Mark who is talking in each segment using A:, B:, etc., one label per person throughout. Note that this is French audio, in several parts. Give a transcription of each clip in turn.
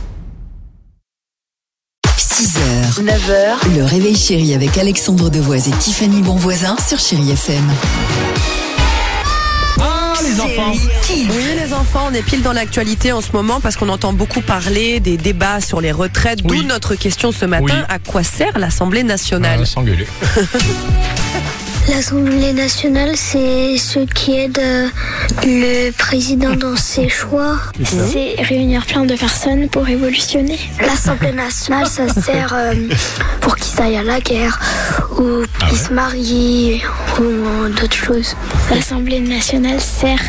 A: 6h, 9h, le réveil chéri avec Alexandre Devoise et Tiffany Bonvoisin sur Chéri FM.
B: Ah,
C: Oui, les enfants, on est pile dans l'actualité en ce moment parce qu'on entend beaucoup parler des débats sur les retraites. D'où
B: Oui.
C: notre question ce matin
B: Oui.
C: à quoi sert l'Assemblée nationale
B: Ah, s'engueuler.
D: L'Assemblée nationale, c'est ce qui aide euh, le président dans ses choix.
E: C'est réunir plein de personnes pour révolutionner.
D: L'Assemblée nationale, ça sert euh, pour qu'ils aillent à la guerre ou qu'ils se marient ou euh, d'autres choses.
E: L'Assemblée nationale sert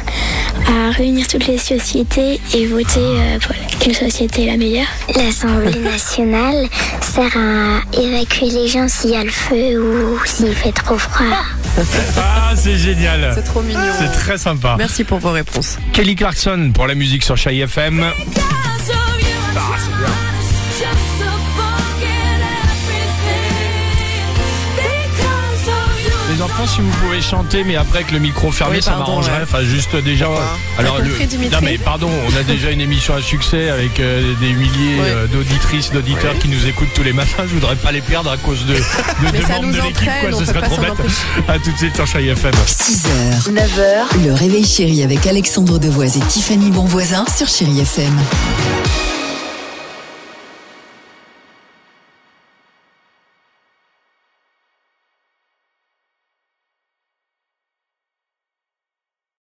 E: à réunir toutes les sociétés et voter euh, pour quelle société est la meilleure.
D: L'Assemblée nationale sert à évacuer les gens s'il y a le feu ou s'il fait trop froid.
B: Ah, c'est génial.
C: C'est trop mignon.
B: C'est très sympa.
C: Merci pour vos réponses.
B: Kelly Clarkson pour la musique sur Chai FM. Les enfants, si vous pouvez chanter, mais après que le micro fermé,
C: Oui,
B: ça
C: pardon,
B: m'arrangerait.
C: ouais.
B: Enfin, juste déjà.
C: T'as compris, Dimitri
B: non mais pardon, on a déjà une émission à succès avec euh, des milliers
C: Ouais.
B: euh, d'auditrices, d'auditeurs qui nous écoutent tous les matins. Je voudrais pas les perdre à cause de, de
C: Mais
B: deux
C: ça
B: membres
C: nous
B: de l'équipe.
C: entraîne,
B: quoi,
C: on
B: ce
C: peut
B: serait
C: pas
B: trop
C: s'en
B: bête.
C: empêcher.
B: À tout de suite sur Chai FM.
A: 6h, 9h, le réveil chéri avec Alexandre Devoise et Tiffany Bonvoisin sur Chéri FM.